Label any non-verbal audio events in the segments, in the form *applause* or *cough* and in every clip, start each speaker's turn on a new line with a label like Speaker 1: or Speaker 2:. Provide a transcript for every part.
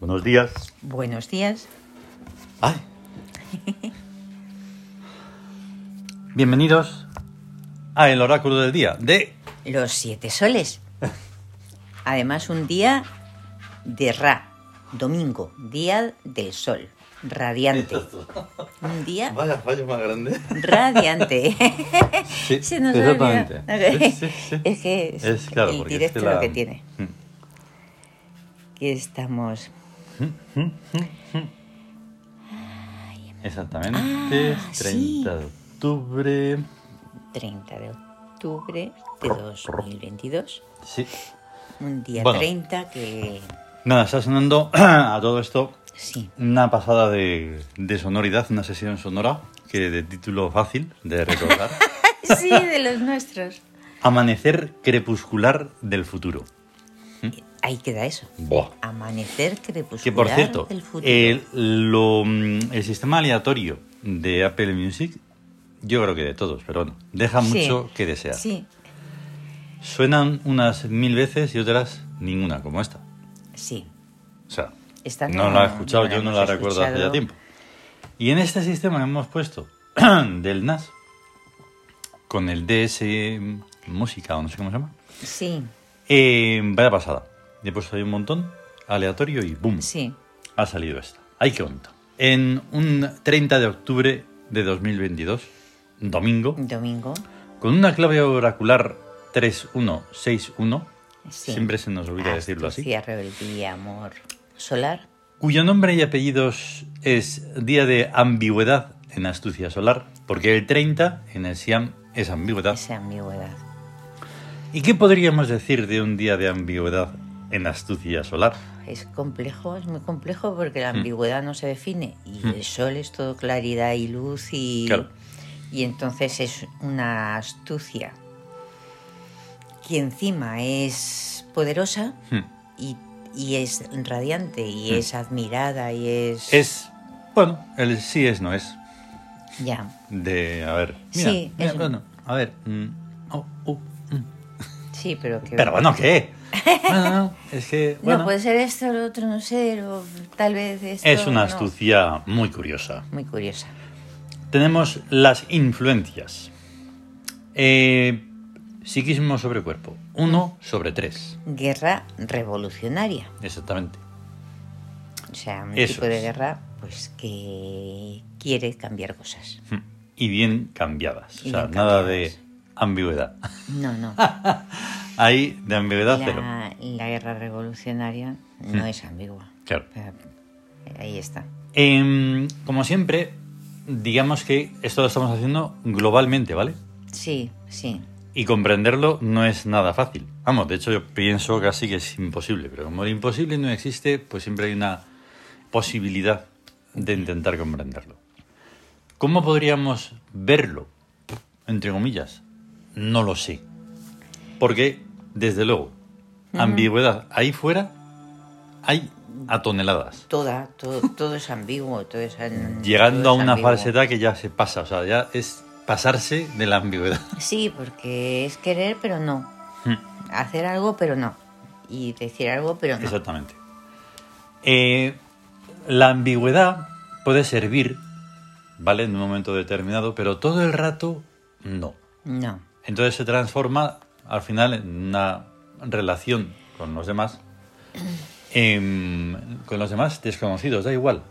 Speaker 1: Buenos días.
Speaker 2: Buenos días.
Speaker 1: Ay. Bienvenidos a El Oráculo del Día de...
Speaker 2: Los siete soles. Además, un día de Ra, domingo, día del sol, radiante. Un día
Speaker 1: *laughs* Vaya fallo más grande. *laughs*
Speaker 2: radiante.
Speaker 1: Sí,
Speaker 2: Se nos ha olvidado.
Speaker 1: exactamente.
Speaker 2: Ok.
Speaker 1: Sí, sí, sí.
Speaker 2: Es que es
Speaker 1: Es claro,
Speaker 2: el
Speaker 1: porque es
Speaker 2: directo
Speaker 1: que la- Mm,
Speaker 2: lo que tiene. Que estamos.
Speaker 1: Exactamente,
Speaker 2: Ah,
Speaker 1: 30
Speaker 2: sí.
Speaker 1: de octubre.
Speaker 2: 30 de octubre de 2022.
Speaker 1: Sí.
Speaker 2: Un día
Speaker 1: Bueno.
Speaker 2: 30 que.
Speaker 1: Nada, está sonando *clears throat* a todo esto *laughs*
Speaker 2: Sí. *laughs*
Speaker 1: una pasada de, de sonoridad, una sesión sonora que de título fácil de
Speaker 2: *laughs*
Speaker 1: recordar.
Speaker 2: Sí, de los nuestros.
Speaker 1: Amanecer crepuscular del futuro.
Speaker 2: Ahí queda eso.
Speaker 1: Buah.
Speaker 2: Amanecer crepuscular
Speaker 1: Mm. Que por cierto, eh,
Speaker 2: del futuro.
Speaker 1: el, lo, mm, el sistema aleatorio de Apple Music, yo creo que de todos, pero bueno, deja
Speaker 2: Sí.
Speaker 1: mucho que desear.
Speaker 2: Sí,
Speaker 1: Suenan unas mil veces y otras ninguna, como esta.
Speaker 2: sí.
Speaker 1: O sea,
Speaker 2: Esta
Speaker 1: no,
Speaker 2: no-
Speaker 1: la he escuchado,
Speaker 2: no la
Speaker 1: yo no
Speaker 2: hemos
Speaker 1: la recuerdo hace ya
Speaker 2: escuchado.
Speaker 1: tiempo. Y en este sistema hemos puesto *clears throat* del NAS con el DS Música, o no sé cómo se llama.
Speaker 2: Sí,
Speaker 1: Eh, vaya pasada. Le he puesto ahí un montón, aleatorio y ¡boom!
Speaker 2: sí.
Speaker 1: ha salido esta. Hay que bonito. En un 30 de octubre de 2022, domingo,
Speaker 2: Domingo.
Speaker 1: con una clave oracular 3161,
Speaker 2: Sí. Ah,
Speaker 1: siempre se nos olvida decirlo así,
Speaker 2: Cierre del día, amor. Solar.
Speaker 1: cuyo nombre y apellidos es Día de Ambigüedad en Astucia Solar, porque el 30 en el Siam es ambigüedad.
Speaker 2: Esa ambigüedad.
Speaker 1: ¿Y qué podríamos decir de un día de ambigüedad en Astucia Solar?
Speaker 2: Es complejo, es muy complejo porque
Speaker 1: Mm.
Speaker 2: la ambigüedad no se define y el sol es todo claridad y luz y,
Speaker 1: Claro.
Speaker 2: y entonces es una astucia que encima es poderosa
Speaker 1: Hmm.
Speaker 2: y, y es radiante y es admirada y es...
Speaker 1: Mm. Es, bueno, el sí es no es.
Speaker 2: Ya,
Speaker 1: De, a ver. Mira,
Speaker 2: Sí,
Speaker 1: mira,
Speaker 2: es-
Speaker 1: bueno, a ver. mm, oh, oh, mm.
Speaker 2: sí, pero
Speaker 1: *laughs*
Speaker 2: que...
Speaker 1: Pero bueno, ¿qué? Bueno, no, pues, es que, bueno,
Speaker 2: No, puede ser esto, lo otro, no sé, o tal vez esto...
Speaker 1: es una
Speaker 2: no.
Speaker 1: astucia muy curiosa.
Speaker 2: Muy curiosa.
Speaker 1: Tenemos las influencias. Eh, psiquismo sobre cuerpo. 1 sobre 3.
Speaker 2: Guerra revolucionaria.
Speaker 1: Exactamente.
Speaker 2: O sea, un
Speaker 1: Eso
Speaker 2: tipo de
Speaker 1: es.
Speaker 2: guerra pues que quiere cambiar cosas.
Speaker 1: Mm. Y bien cambiadas.
Speaker 2: Y
Speaker 1: o sea,
Speaker 2: bien
Speaker 1: nada
Speaker 2: cambiadas.
Speaker 1: de ambigüedad.
Speaker 2: No, no.
Speaker 1: Ah, Ahí de ambigüedad cero.
Speaker 2: La, la guerra revolucionaria no es ambigua.
Speaker 1: Hmm. Claro.
Speaker 2: Eh, Ahí está.
Speaker 1: Em, como siempre, digamos que esto lo estamos haciendo globalmente, ¿vale?
Speaker 2: Sí, sí.
Speaker 1: Y comprenderlo no es nada fácil. Vamos, de hecho yo pienso casi que es imposible, pero como el imposible no existe, pues siempre hay una posibilidad de intentar comprenderlo. ¿Cómo podríamos verlo? Entre comillas, no lo sé. Porque, desde luego, ambigüedad ahí fuera hay a toneladas.
Speaker 2: Toda, todo, todo es ambiguo. Todo es, an-
Speaker 1: Llegando a
Speaker 2: todo es
Speaker 1: una
Speaker 2: ambiguo.
Speaker 1: falsedad que ya se pasa, o sea, ya es pasarse de la ambigüedad.
Speaker 2: Sí, porque es querer pero no.
Speaker 1: Hmm.
Speaker 2: Hacer algo pero no. Y decir algo pero no.
Speaker 1: Exactamente. Eh, la ambigüedad puede servir, ¿vale? En un momento determinado, pero todo el rato no.
Speaker 2: No.
Speaker 1: Entonces se transforma al final en una relación con los demás, em, con los demás desconocidos, da igual,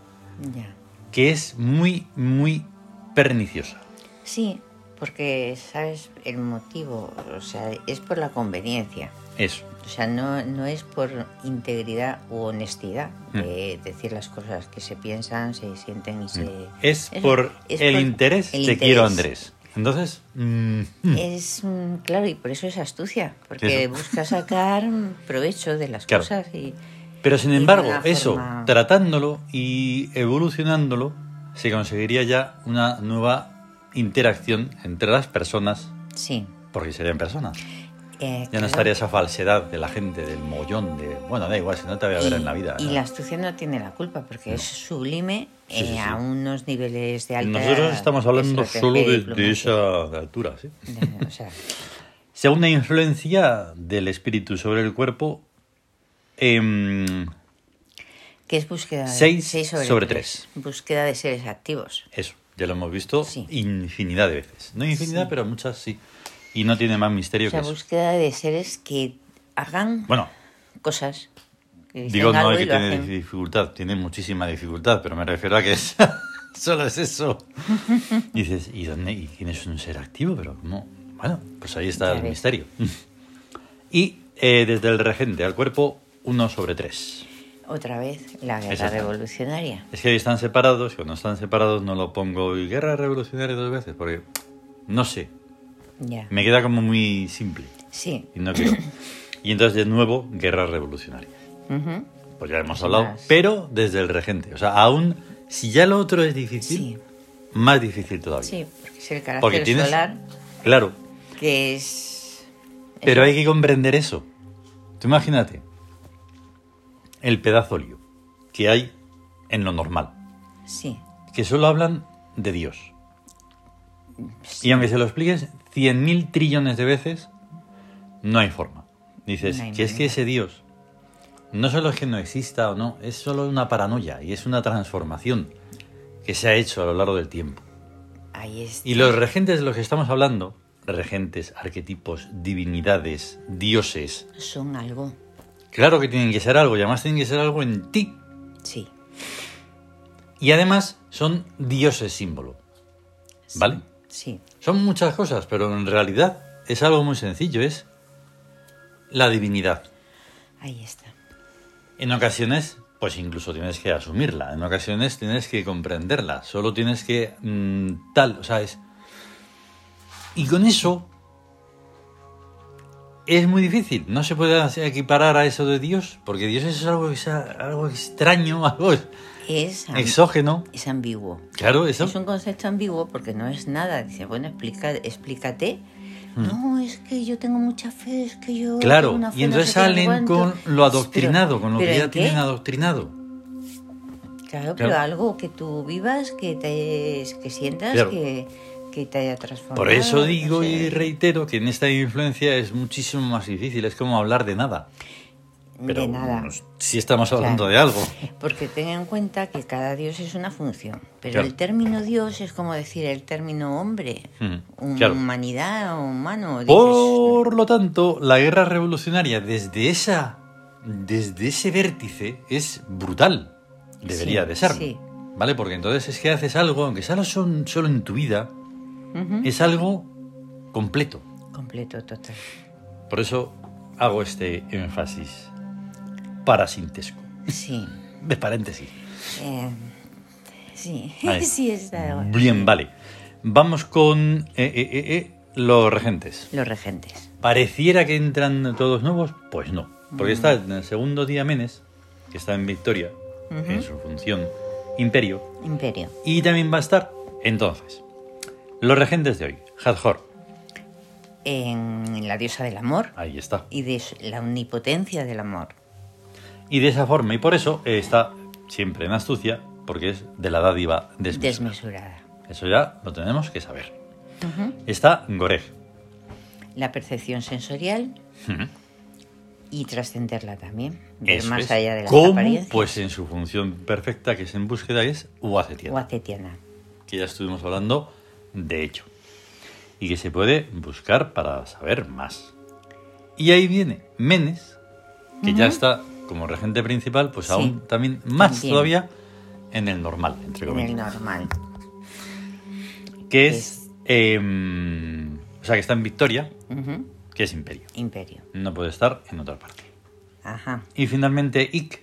Speaker 2: Ya.
Speaker 1: que es muy, muy perniciosa.
Speaker 2: Sí, porque sabes el motivo. O sea, es por la conveniencia.
Speaker 1: Eso.
Speaker 2: O sea, no, no es por integridad u honestidad
Speaker 1: Mm.
Speaker 2: de decir las cosas que se piensan, se sienten y se...
Speaker 1: Es por
Speaker 2: es
Speaker 1: el
Speaker 2: por
Speaker 1: interés,
Speaker 2: el
Speaker 1: te quiero
Speaker 2: interés.
Speaker 1: Andrés. Entonces, mm, mm,
Speaker 2: Es, mm, claro, y por eso es astucia, porque
Speaker 1: Eso. *laughs*
Speaker 2: busca sacar mm, provecho de las
Speaker 1: Claro.
Speaker 2: cosas y...
Speaker 1: Pero sin
Speaker 2: Y de
Speaker 1: embargo,
Speaker 2: una
Speaker 1: eso,
Speaker 2: forma-
Speaker 1: tratándolo y evolucionándolo, se conseguiría ya una nueva interacción entre las personas,
Speaker 2: Sí.
Speaker 1: porque serían personas.
Speaker 2: eh,
Speaker 1: Ya
Speaker 2: claro.
Speaker 1: no estaría esa falsedad de la gente, del mollón, de, bueno, da igual, si no te voy a ver
Speaker 2: Y-
Speaker 1: en la vida.
Speaker 2: Y
Speaker 1: ¿no?
Speaker 2: la astucia no tiene la culpa, porque es sublime
Speaker 1: Sí, sí,
Speaker 2: eh,
Speaker 1: sí.
Speaker 2: a unos niveles de alta...
Speaker 1: Nosotros estamos hablando
Speaker 2: estrategia
Speaker 1: solo de,
Speaker 2: y
Speaker 1: de esa altura, ¿sí?
Speaker 2: diplomacia. O sea,
Speaker 1: Segunda influencia del espíritu sobre el cuerpo, em,
Speaker 2: que es búsqueda de
Speaker 1: Seis
Speaker 2: seis
Speaker 1: sobre
Speaker 2: tres. Búsqueda de seres activos.
Speaker 1: Eso, ya lo hemos visto
Speaker 2: Sí.
Speaker 1: infinidad de veces. No infinidad,
Speaker 2: Sí.
Speaker 1: pero muchas sí. Y no tiene más misterio
Speaker 2: O sea,
Speaker 1: que eso.
Speaker 2: búsqueda de seres que hagan
Speaker 1: Bueno,
Speaker 2: cosas. que dicen
Speaker 1: digo no
Speaker 2: algo
Speaker 1: es
Speaker 2: y
Speaker 1: que
Speaker 2: lo
Speaker 1: tiene
Speaker 2: hacen.
Speaker 1: dificultad, tiene muchísima dificultad, pero me refiero a que es- *laughs* solo es
Speaker 2: *laughs*
Speaker 1: eso. Dices, ¿y dónde? ¿Y quién es un ser activo? Pero cómo? Bueno, pues ahí está
Speaker 2: Ya
Speaker 1: el
Speaker 2: ves.
Speaker 1: misterio. *laughs* Y eh, desde el regente al cuerpo, uno sobre tres.
Speaker 2: Otra vez la guerra
Speaker 1: Exacto.
Speaker 2: revolucionaria.
Speaker 1: Es que ahí están separados, y cuando están separados no lo pongo y guerra revolucionaria dos veces, porque no sé,
Speaker 2: Ya.
Speaker 1: me queda como muy simple
Speaker 2: Sí.
Speaker 1: y no
Speaker 2: *laughs*
Speaker 1: quiero. Y entonces de nuevo, guerra revolucionaria.
Speaker 2: Ujú.
Speaker 1: Pues ya hemos
Speaker 2: Sin
Speaker 1: hablado,
Speaker 2: más.
Speaker 1: pero desde el regente. O sea, aún, si ya lo otro es difícil,
Speaker 2: Sí.
Speaker 1: más difícil todavía.
Speaker 2: Sí, porque es el carácter
Speaker 1: Porque tienes...
Speaker 2: solar
Speaker 1: Claro,
Speaker 2: que es.
Speaker 1: pero hay que comprender eso. Tú imagínate el pedazo lío que hay en lo normal.
Speaker 2: Sí.
Speaker 1: que solo hablan de Dios. Y aunque se lo expliques 100.000 trillones de veces, no hay forma. Dices,
Speaker 2: No hay
Speaker 1: que es que
Speaker 2: manera.
Speaker 1: ese Dios no solo es que no exista o no, es solo una paranoia y es una transformación que se ha hecho a lo largo del tiempo.
Speaker 2: Ahí es.
Speaker 1: Y los regentes de los que estamos hablando, regentes, arquetipos, divinidades, dioses,
Speaker 2: Son algo.
Speaker 1: claro que tienen que ser algo y además tienen que ser algo en ti.
Speaker 2: Sí.
Speaker 1: Y además son dioses símbolo.
Speaker 2: sí,
Speaker 1: ¿Vale?
Speaker 2: Sí.
Speaker 1: Son muchas cosas, pero en realidad es algo muy sencillo, es la divinidad.
Speaker 2: Ahí está.
Speaker 1: En ocasiones, pues incluso tienes que asumirla, en ocasiones tienes que comprenderla, solo tienes que mm, tal, o sea, es... Y con eso es muy difícil, no se puede hacer- equiparar a eso de Dios, porque Dios es algo, es algo extraño, *laughs* algo
Speaker 2: Es, am-
Speaker 1: exógeno.
Speaker 2: es ambiguo.
Speaker 1: Claro, eso.
Speaker 2: Es un concepto ambiguo porque no es nada. Dice, bueno, explica, explícate. No, es que yo tengo mucha fe, es que yo.
Speaker 1: Mm. Claro,
Speaker 2: tengo una fe,
Speaker 1: y
Speaker 2: no
Speaker 1: entonces
Speaker 2: sé qué, no sé
Speaker 1: salen con
Speaker 2: cuánto.
Speaker 1: lo adoctrinado,
Speaker 2: Pero-
Speaker 1: con lo
Speaker 2: ¿pero
Speaker 1: que
Speaker 2: en
Speaker 1: ya
Speaker 2: qué?
Speaker 1: tienen adoctrinado.
Speaker 2: Claro, pero
Speaker 1: Claro.
Speaker 2: algo que tú vivas, que te que sientas,
Speaker 1: Claro.
Speaker 2: que, que te haya transformado.
Speaker 1: Por eso
Speaker 2: no
Speaker 1: digo
Speaker 2: sé.
Speaker 1: y reitero que en esta influencia es muchísimo más difícil, es como hablar de nada. Pero mm,
Speaker 2: de nada.
Speaker 1: Si estamos hablando
Speaker 2: Claro.
Speaker 1: de algo.
Speaker 2: Porque ten en cuenta que cada dios es una función. Pero
Speaker 1: Claro.
Speaker 2: el término dios es como decir el término hombre,
Speaker 1: Mm,
Speaker 2: un-
Speaker 1: claro.
Speaker 2: humanidad o humano. dices,
Speaker 1: Por lo tanto, la guerra revolucionaria desde esa desde ese vértice es brutal. Debería
Speaker 2: Sí,
Speaker 1: de serlo.
Speaker 2: sí.
Speaker 1: ¿Vale? Porque entonces es que haces algo, aunque sea lo son- solo en tu vida,
Speaker 2: ujú,
Speaker 1: es algo completo.
Speaker 2: eh, Completo, total.
Speaker 1: Por eso hago este énfasis parasintesco,
Speaker 2: Sí.
Speaker 1: de paréntesis.
Speaker 2: eh, sí,
Speaker 1: Ahí.
Speaker 2: *laughs* sí, está bueno.
Speaker 1: Bien, vale. Vamos con eh, eh, eh, eh, los regentes.
Speaker 2: Los regentes.
Speaker 1: ¿Pareciera que entran todos nuevos? Pues no. Porque está en el segundo día Menes, que está en Victoria, en su función imperio.
Speaker 2: Imperio.
Speaker 1: Y también va a estar, entonces, los regentes de hoy. Hadhor,
Speaker 2: En la diosa del amor
Speaker 1: ahí está.
Speaker 2: y de su- la omnipotencia del amor.
Speaker 1: Y de esa forma, y por eso, eh, está siempre en astucia, porque es de la dádiva desmesurada.
Speaker 2: Desmesurada.
Speaker 1: Eso ya lo tenemos que saber. Está Goreg.
Speaker 2: La percepción sensorial
Speaker 1: Ujú.
Speaker 2: y trascenderla también. Ver
Speaker 1: Eso
Speaker 2: más
Speaker 1: es.
Speaker 2: allá de las
Speaker 1: ¿Cómo?
Speaker 2: apariencias.
Speaker 1: Pues en su función perfecta, que es en búsqueda, es
Speaker 2: o
Speaker 1: Uacetiana,
Speaker 2: acetiana.
Speaker 1: que ya estuvimos hablando de hecho. Y que se puede buscar para saber más. Y ahí viene Menes, que ya está como regente principal, pues
Speaker 2: Sí.
Speaker 1: aún también más
Speaker 2: También.
Speaker 1: todavía en el normal, entre
Speaker 2: En el
Speaker 1: comillas.
Speaker 2: normal.
Speaker 1: Que es. em, o sea, que está en Victoria,
Speaker 2: Ujú.
Speaker 1: que es Imperio.
Speaker 2: Imperio.
Speaker 1: No puede estar en otra parte.
Speaker 2: Ajá.
Speaker 1: Y finalmente, Ick.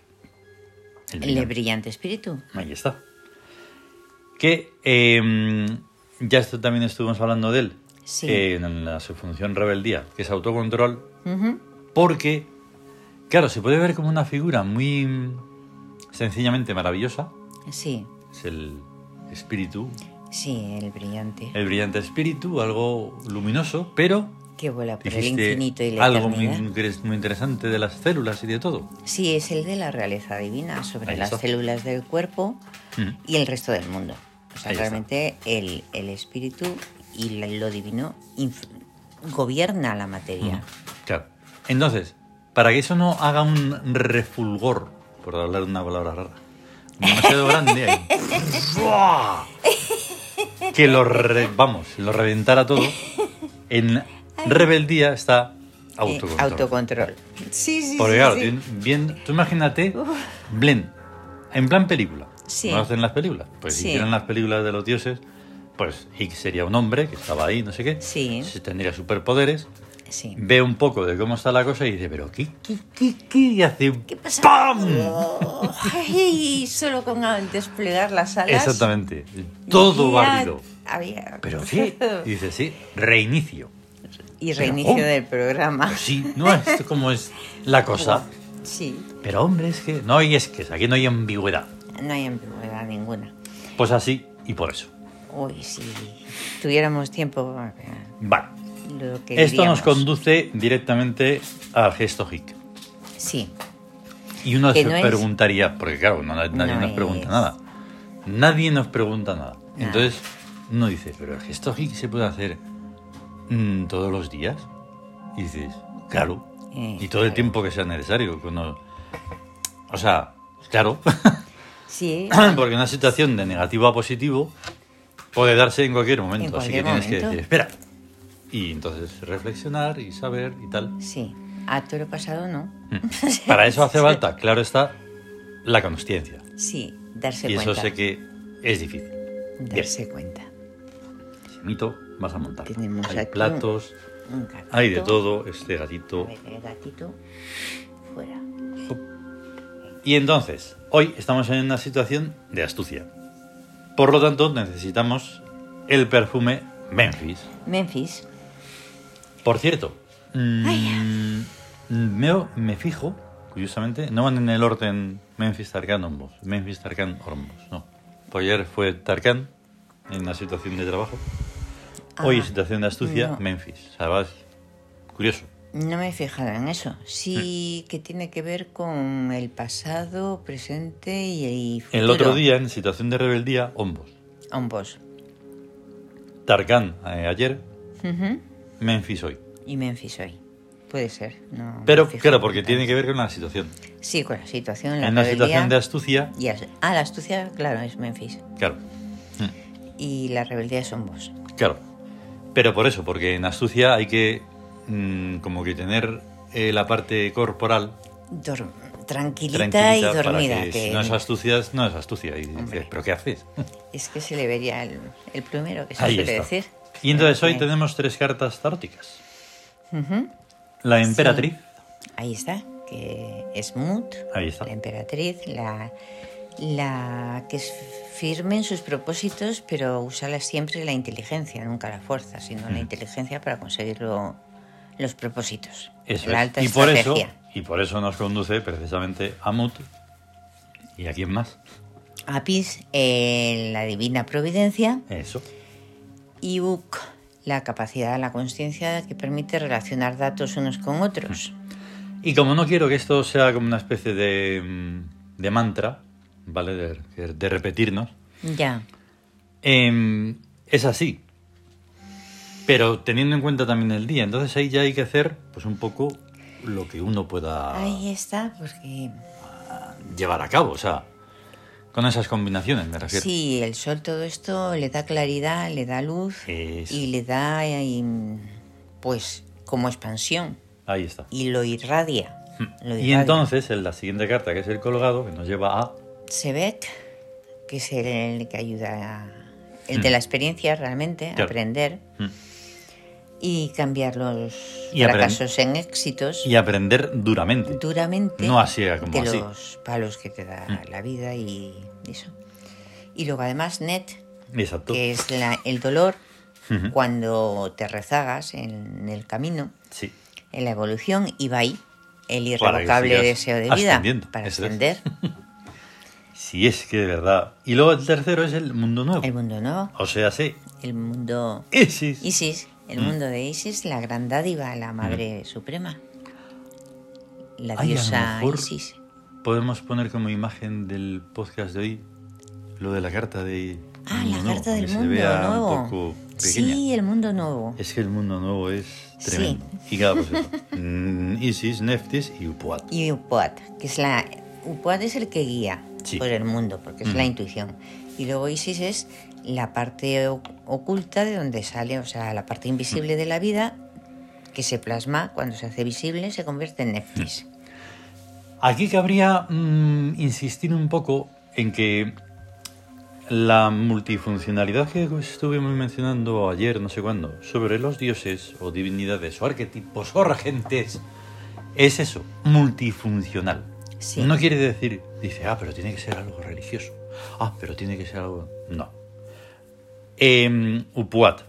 Speaker 1: el
Speaker 2: El
Speaker 1: brillante.
Speaker 2: brillante espíritu.
Speaker 1: Ahí está. Que eh, ya esto también estuvimos hablando de él
Speaker 2: Sí.
Speaker 1: eh, en la subfunción rebeldía, que es autocontrol,
Speaker 2: Ujú.
Speaker 1: porque, claro, se puede ver como una figura muy mm, sencillamente maravillosa.
Speaker 2: Sí,
Speaker 1: Es el espíritu,
Speaker 2: sí, el brillante.
Speaker 1: el brillante espíritu, algo luminoso, pero
Speaker 2: Que vuela por el
Speaker 1: dijiste
Speaker 2: infinito y la
Speaker 1: algo muy,
Speaker 2: eternidad.
Speaker 1: interes- muy interesante de las células y de todo.
Speaker 2: Sí, es el de la realeza divina sobre
Speaker 1: Ahí
Speaker 2: las
Speaker 1: está.
Speaker 2: células del cuerpo
Speaker 1: Mm.
Speaker 2: y el resto del mundo. O sea,
Speaker 1: Ahí está.
Speaker 2: realmente el, el espíritu y la- lo divino inf- gobierna la
Speaker 1: Mm.
Speaker 2: materia. Eh,
Speaker 1: Claro. Entonces, para que eso no haga un refulgor, por hablar una palabra rara, demasiado grande ahí. ¡Buah! que lo, re- vamos, lo reventara todo. En rebeldía está
Speaker 2: Eh,
Speaker 1: autocontrol.
Speaker 2: autocontrol. Sí, sí,
Speaker 1: Porque
Speaker 2: sí,
Speaker 1: claro,
Speaker 2: sí.
Speaker 1: tien- bien, tú imagínate Blend, en plan película.
Speaker 2: Sí.
Speaker 1: ¿No hacen las películas? Pues si
Speaker 2: Sí.
Speaker 1: hicieran las películas de los dioses, pues Ick sería un hombre que estaba ahí, no sé qué.
Speaker 2: Sí.
Speaker 1: se Tendría superpoderes.
Speaker 2: Sí.
Speaker 1: Ve un poco de cómo está la cosa y dice, pero ¿qué, qué, qué, qué? Y hace un
Speaker 2: ¿Qué pasa?
Speaker 1: ¡Pam!
Speaker 2: Oh, ay, solo con desplegar las alas.
Speaker 1: Exactamente. Todo
Speaker 2: Ya
Speaker 1: barrido.
Speaker 2: había- *laughs*
Speaker 1: Pero sí. Y dice, sí, reinicio.
Speaker 2: Y
Speaker 1: Pero,
Speaker 2: reinicio
Speaker 1: oh.
Speaker 2: del programa.
Speaker 1: Pues sí, no es como es la cosa.
Speaker 2: Sí,
Speaker 1: Pero hombre, es que no hay es que aquí no hay ambigüedad.
Speaker 2: no hay ambigüedad ninguna.
Speaker 1: Pues así y por eso.
Speaker 2: Uy, si tuviéramos tiempo,
Speaker 1: Vale.
Speaker 2: lo que
Speaker 1: Esto nos
Speaker 2: diríamos.
Speaker 1: conduce directamente al gesto hic.
Speaker 2: Sí,
Speaker 1: Y uno
Speaker 2: Que
Speaker 1: se
Speaker 2: no es-
Speaker 1: preguntaría, porque claro, no- nadie
Speaker 2: No
Speaker 1: nos pregunta
Speaker 2: es.
Speaker 1: nada. Nadie nos pregunta nada.
Speaker 2: Nada.
Speaker 1: Entonces uno dice, pero el gesto hic se puede hacer mm, todos los días. Y dices, claro.
Speaker 2: Eh,
Speaker 1: y todo el
Speaker 2: claro.
Speaker 1: tiempo que sea necesario. que uno- O sea,
Speaker 2: *laughs*
Speaker 1: claro.
Speaker 2: sí.
Speaker 1: porque una situación de negativo a positivo puede darse en cualquier momento.
Speaker 2: En
Speaker 1: así que
Speaker 2: cualquier
Speaker 1: tienes que
Speaker 2: momento.
Speaker 1: decir, espera. Y entonces reflexionar y saber y
Speaker 2: *laughs*
Speaker 1: tal.
Speaker 2: Sí, a todo lo pasado no.
Speaker 1: Para eso hace falta, claro está, la consciencia.
Speaker 2: Sí, darse
Speaker 1: y eso
Speaker 2: cuenta.
Speaker 1: sé que es difícil.
Speaker 2: Darse cuenta.
Speaker 1: Si mito, vas a montar.
Speaker 2: Tenemos
Speaker 1: hay
Speaker 2: aquí un
Speaker 1: platos,
Speaker 2: Un gatito.
Speaker 1: hay de todo, este gatito.
Speaker 2: El gatito fuera.
Speaker 1: Y entonces, hoy estamos en una situación de astucia. Por lo tanto, necesitamos el perfume Memphis.
Speaker 2: Memphis.
Speaker 1: Por cierto, mm, meo- me, fijo, curiosamente, no van en el orden Memphis Tarkan Hormuz. Memphis Tarkan Hormuz, no. Pues ayer fue Tarkan en la situación de trabajo. Hoy
Speaker 2: Ah,
Speaker 1: situación de astucia,
Speaker 2: no.
Speaker 1: Memphis. O sea, vas- Curioso.
Speaker 2: No me he fijado en eso. Sí
Speaker 1: Hmm.
Speaker 2: que tiene que ver con el pasado, presente y, y futuro.
Speaker 1: El otro día, en situación de rebeldía, Hombos.
Speaker 2: Ambos.
Speaker 1: Tarkan eh, ayer,
Speaker 2: Ujú.
Speaker 1: Memphis hoy.
Speaker 2: Y Memphis hoy. Puede ser. No
Speaker 1: Pero,
Speaker 2: me he fijado
Speaker 1: claro, porque
Speaker 2: tanto.
Speaker 1: tiene que ver con la situación.
Speaker 2: Sí, con la situación. La
Speaker 1: En la
Speaker 2: rebeldía.
Speaker 1: situación de astucia,
Speaker 2: Y as- Ah, la astucia, claro, es Memphis.
Speaker 1: claro.
Speaker 2: Y la rebeldía es Hombos.
Speaker 1: Claro. Pero por eso, porque en astucia hay que mm, como que tener eh, la parte corporal
Speaker 2: Dor- tranquilita,
Speaker 1: tranquilita
Speaker 2: y
Speaker 1: para
Speaker 2: dormida.
Speaker 1: que,
Speaker 2: que
Speaker 1: si no es astucia, no es astucia. Y dices,
Speaker 2: Hombre.
Speaker 1: ¿pero qué haces? *laughs*
Speaker 2: Es que se le vería el, el plumero, que se
Speaker 1: Ahí
Speaker 2: suele
Speaker 1: está.
Speaker 2: decir. Eh,
Speaker 1: Y entonces hoy
Speaker 2: Ahí.
Speaker 1: tenemos tres cartas taróticas.
Speaker 2: Ujú.
Speaker 1: La emperatriz,
Speaker 2: Ahí está, que es Mut,
Speaker 1: Ahí está.
Speaker 2: la emperatriz, la, la que es firme en sus propósitos, pero usará siempre la inteligencia, nunca la fuerza, sino
Speaker 1: Mm.
Speaker 2: la inteligencia para conseguir lo- los propósitos.
Speaker 1: eso
Speaker 2: la
Speaker 1: es.
Speaker 2: alta
Speaker 1: y por eso
Speaker 2: estrategia.
Speaker 1: y por eso nos conduce precisamente a Mut. ¿Y a quién más?
Speaker 2: Apis, eh, la divina providencia,
Speaker 1: Eso.
Speaker 2: y Uk, la capacidad, la conciencia que permite relacionar datos unos con otros.
Speaker 1: Y como no quiero que esto sea como una especie de, mm, de mantra, ¿vale? De- de repetirnos,
Speaker 2: Ya,
Speaker 1: Em, es así. Pero teniendo en cuenta también el día, entonces ahí ya hay que hacer pues un poco lo que uno pueda
Speaker 2: ahí está, porque
Speaker 1: llevar a cabo, o sea, con esas combinaciones me refiero.
Speaker 2: Sí, el sol todo esto le da claridad, le da luz
Speaker 1: Eso.
Speaker 2: y le da eh, mm, pues como expansión
Speaker 1: Ahí está.
Speaker 2: y lo irradia. Lo
Speaker 1: Hmm. Y
Speaker 2: irradia.
Speaker 1: entonces en la siguiente carta, que es el colgado, que nos lleva a...
Speaker 2: Sebek, que es el que ayuda, a- el de la experiencia realmente,
Speaker 1: Hmm. Claro.
Speaker 2: a aprender
Speaker 1: Mm.
Speaker 2: y cambiar los
Speaker 1: Y aprend-
Speaker 2: fracasos en éxitos
Speaker 1: Y aprender duramente.
Speaker 2: duramente
Speaker 1: No así como
Speaker 2: de
Speaker 1: así. Hmm.
Speaker 2: los palos que te da la vida y eso. Y luego además Net,
Speaker 1: Exacto.
Speaker 2: que es la- el dolor
Speaker 1: Ujú.
Speaker 2: cuando te rezagas en el camino,
Speaker 1: Sí.
Speaker 2: en la evolución, y va ahí el
Speaker 1: Para que
Speaker 2: irrevocable
Speaker 1: sigas
Speaker 2: deseo de vida
Speaker 1: ascendiendo,
Speaker 2: para
Speaker 1: eso es.
Speaker 2: ascender
Speaker 1: Si es que de verdad. Y luego el tercero es el mundo nuevo.
Speaker 2: el mundo nuevo,
Speaker 1: O sea, sí.
Speaker 2: el mundo
Speaker 1: Ese es.
Speaker 2: Isis,
Speaker 1: Mm.
Speaker 2: el mundo de Isis, la gran dádiva, la madre suprema, la
Speaker 1: Ay, a lo
Speaker 2: diosa
Speaker 1: mejor-
Speaker 2: Isis.
Speaker 1: Podemos poner como imagen del podcast de hoy lo de la carta de.
Speaker 2: Ah,
Speaker 1: Mundo
Speaker 2: la
Speaker 1: Nuevo,
Speaker 2: carta
Speaker 1: aunque
Speaker 2: del
Speaker 1: se le
Speaker 2: mundo
Speaker 1: vea
Speaker 2: nuevo.
Speaker 1: Un poco pequeña.
Speaker 2: sí, el mundo nuevo.
Speaker 1: Es que el mundo nuevo es
Speaker 2: Sí.
Speaker 1: tremendo. Y cada pues eso. *laughs* Mm, Isis, Neftis y Upuat.
Speaker 2: Y Upuat, que es la Upuat es el que guía,
Speaker 1: Sí.
Speaker 2: por el mundo, porque es la intuición. Y luego Isis es la parte oc- oculta de donde sale, o sea, la parte invisible de la vida que se plasma cuando se hace visible, se convierte en Netflix.
Speaker 1: Aquí cabría mm, insistir un poco en que la multifuncionalidad que estuvimos mencionando ayer, no sé cuándo, sobre los dioses o divinidades o arquetipos o regentes, es eso, multifuncional.
Speaker 2: Sí.
Speaker 1: No quiere decir, dice, ah, pero tiene que ser algo religioso. Ah, pero tiene que ser algo... No. Em, Upuat,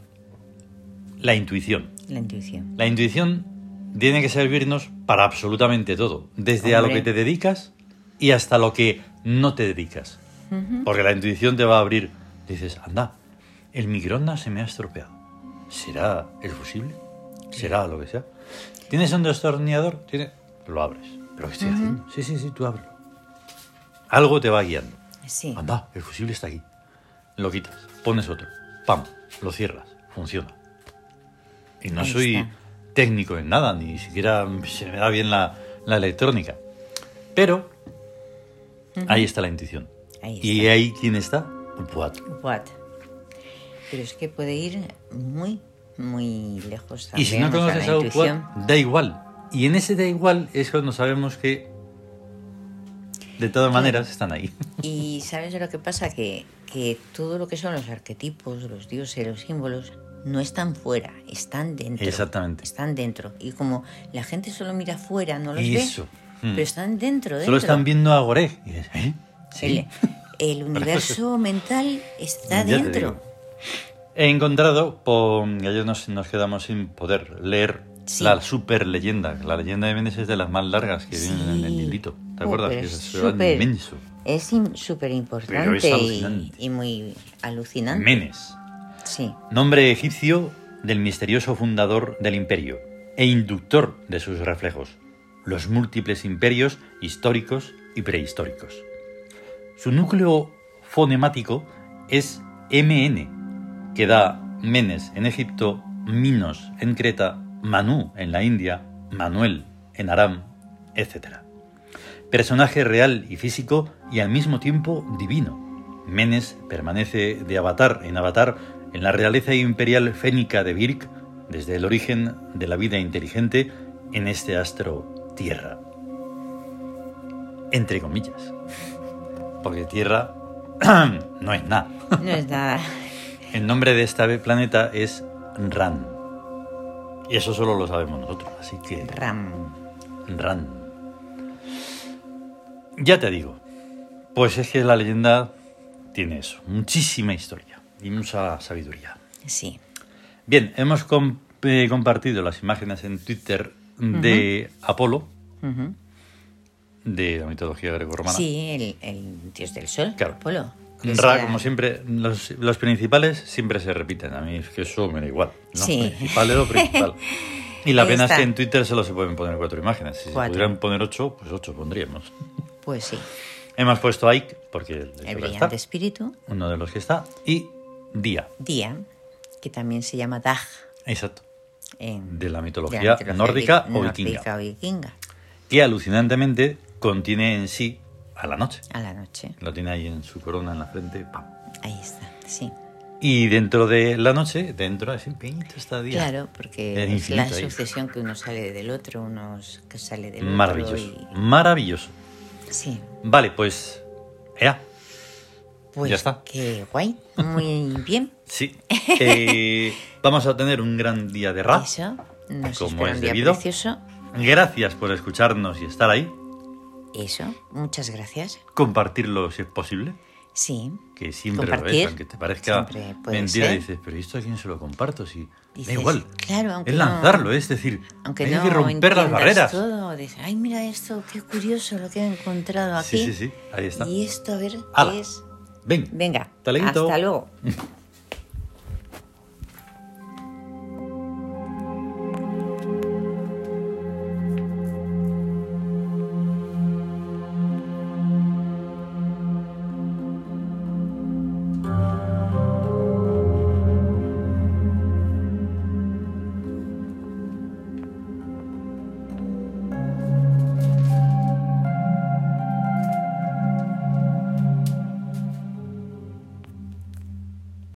Speaker 1: la intuición.
Speaker 2: La intuición.
Speaker 1: La intuición tiene que servirnos para absolutamente todo, desde a lo
Speaker 2: Hombre.
Speaker 1: que te dedicas y hasta lo que no te dedicas. Porque la intuición te va a abrir. Dices, anda, el microondas se me ha estropeado. ¿Será el fusible? ¿Será lo que sea? ¿Tienes un destornillador? ¿Tiene... Lo abres. ¿Pero qué estoy haciendo? Sí, sí, sí, tú ábrelo. Algo te va guiando.
Speaker 2: Sí.
Speaker 1: Anda, el fusible está aquí. Lo quitas, pones otro. Pam, lo cierras, funciona. Y no
Speaker 2: Ahí
Speaker 1: soy
Speaker 2: está.
Speaker 1: técnico en nada, ni siquiera se me da bien la, la electrónica. Pero ahí está la intuición.
Speaker 2: Ahí
Speaker 1: y ahí quién está? Upuat.
Speaker 2: What? Pero es que puede ir muy, muy lejos
Speaker 1: Y
Speaker 2: también.
Speaker 1: si no
Speaker 2: o sea,
Speaker 1: conoces
Speaker 2: la
Speaker 1: a
Speaker 2: intuición.
Speaker 1: Upuat, da igual. Y en ese da igual es cuando sabemos que de todas maneras están ahí.
Speaker 2: Y sabes lo que pasa, que, que todo lo que son los arquetipos, los dioses, los símbolos, no están fuera, están dentro.
Speaker 1: Exactamente.
Speaker 2: Están dentro. Y como la gente solo mira fuera, no los
Speaker 1: Eso.
Speaker 2: ve,
Speaker 1: Mm.
Speaker 2: pero están dentro.
Speaker 1: Solo
Speaker 2: dentro.
Speaker 1: están viendo a Goré. Y dices, ¿eh?
Speaker 2: El,
Speaker 1: *laughs*
Speaker 2: el universo mental está
Speaker 1: Ya te
Speaker 2: dentro.
Speaker 1: digo. He encontrado, po- ayer nos, nos quedamos sin poder leer
Speaker 2: Sí.
Speaker 1: la super leyenda. La leyenda de Méndez es de las más largas que vienen en el
Speaker 2: Sí.
Speaker 1: librito. ¿Te
Speaker 2: Jo,
Speaker 1: acuerdas?
Speaker 2: pero
Speaker 1: Que
Speaker 2: es
Speaker 1: eso era
Speaker 2: súper-
Speaker 1: inmenso.
Speaker 2: Es im- súper importante y,
Speaker 1: alucinante.
Speaker 2: y muy alucinante.
Speaker 1: Menes,
Speaker 2: Sí,
Speaker 1: nombre egipcio del misterioso fundador del imperio e inductor de sus reflejos, los múltiples imperios históricos y prehistóricos. Su núcleo fonemático es MN, que da Menes en Egipto, Minos en Creta, Manu en la India, Manuel en Aram, etc. Personaje real y físico y al mismo tiempo divino. Menes permanece de avatar en avatar en la realeza imperial fénica de Birk desde el origen de la vida inteligente en este astro Tierra. Entre comillas. *laughs* Porque Tierra *clears throat* no es nada.
Speaker 2: no es nada.
Speaker 1: El nombre de este planeta es Ran. Y eso solo lo sabemos nosotros, así que
Speaker 2: Ram.
Speaker 1: Ran. Ya te digo, pues es que la leyenda tiene eso, muchísima historia y mucha sabiduría.
Speaker 2: Sí,
Speaker 1: Bien, hemos com- eh, compartido las imágenes en Twitter de Apolo,
Speaker 2: Ujú.
Speaker 1: de la mitología grecorromana.
Speaker 2: sí el, el dios del sol,
Speaker 1: Claro.
Speaker 2: Apolo. Pues que es
Speaker 1: Ra,
Speaker 2: la-
Speaker 1: como siempre, los, los principales siempre se repiten. A mí es que eso me da igual. Lo
Speaker 2: Sí.
Speaker 1: principal es lo
Speaker 2: *laughs*
Speaker 1: principal. Y la
Speaker 2: Ahí
Speaker 1: pena
Speaker 2: está.
Speaker 1: es que en Twitter solo se pueden poner cuatro imágenes. Si se
Speaker 2: Cuatro.
Speaker 1: pudieran poner ocho, pues ocho pondríamos.
Speaker 2: Pues sí,
Speaker 1: Hemos puesto Ike, porque el, de
Speaker 2: el
Speaker 1: Sora
Speaker 2: brillante
Speaker 1: está,
Speaker 2: espíritu.
Speaker 1: uno de los que está, y Día,
Speaker 2: Día, que también se llama Dag.
Speaker 1: exacto,
Speaker 2: en-
Speaker 1: de la mitología,
Speaker 2: de la mitología
Speaker 1: nórdica
Speaker 2: vi-
Speaker 1: o vikinga,
Speaker 2: nórdica o vikinga,
Speaker 1: que alucinantemente contiene en sí a la noche.
Speaker 2: a la noche.
Speaker 1: Lo tiene ahí en su corona, en la frente, ¡pam!
Speaker 2: Ahí está, sí.
Speaker 1: Y dentro de la noche, dentro, así pequeñito está Día.
Speaker 2: Claro, porque
Speaker 1: El
Speaker 2: es la
Speaker 1: infinito ahí.
Speaker 2: sucesión que uno sale del otro, unos que sale del
Speaker 1: Maravilloso,
Speaker 2: otro.
Speaker 1: maravilloso.
Speaker 2: y- Sí,
Speaker 1: Vale, pues. Ya,
Speaker 2: pues
Speaker 1: Ya está.
Speaker 2: qué guay, muy
Speaker 1: *laughs*
Speaker 2: bien. *laughs*
Speaker 1: sí. Eh, vamos a tener un gran día de rap.
Speaker 2: Eso, nos
Speaker 1: Como
Speaker 2: espera
Speaker 1: es
Speaker 2: un día
Speaker 1: debido.
Speaker 2: precioso.
Speaker 1: Gracias por escucharnos y estar ahí.
Speaker 2: Eso, muchas gracias.
Speaker 1: Compartirlo si es posible.
Speaker 2: Sí,
Speaker 1: Que siempre lo
Speaker 2: Compartir,
Speaker 1: es, aunque te parezca
Speaker 2: siempre puede
Speaker 1: mentira,
Speaker 2: ser.
Speaker 1: dices, pero ¿esto a quién se lo comparto? Si
Speaker 2: Dices,
Speaker 1: da igual.
Speaker 2: claro, aunque
Speaker 1: es
Speaker 2: no-
Speaker 1: lanzarlo, es decir,
Speaker 2: aunque
Speaker 1: hay
Speaker 2: no
Speaker 1: que romper las
Speaker 2: entiendas
Speaker 1: barreras.
Speaker 2: todo, dices, ay, mira esto, qué curioso lo que he encontrado
Speaker 1: Sí,
Speaker 2: aquí.
Speaker 1: sí, sí, ahí está.
Speaker 2: Y esto, a ver,
Speaker 1: Hala.
Speaker 2: ¿qué es?
Speaker 1: Ven.
Speaker 2: Venga,
Speaker 1: Hasta luego.
Speaker 2: hasta luego.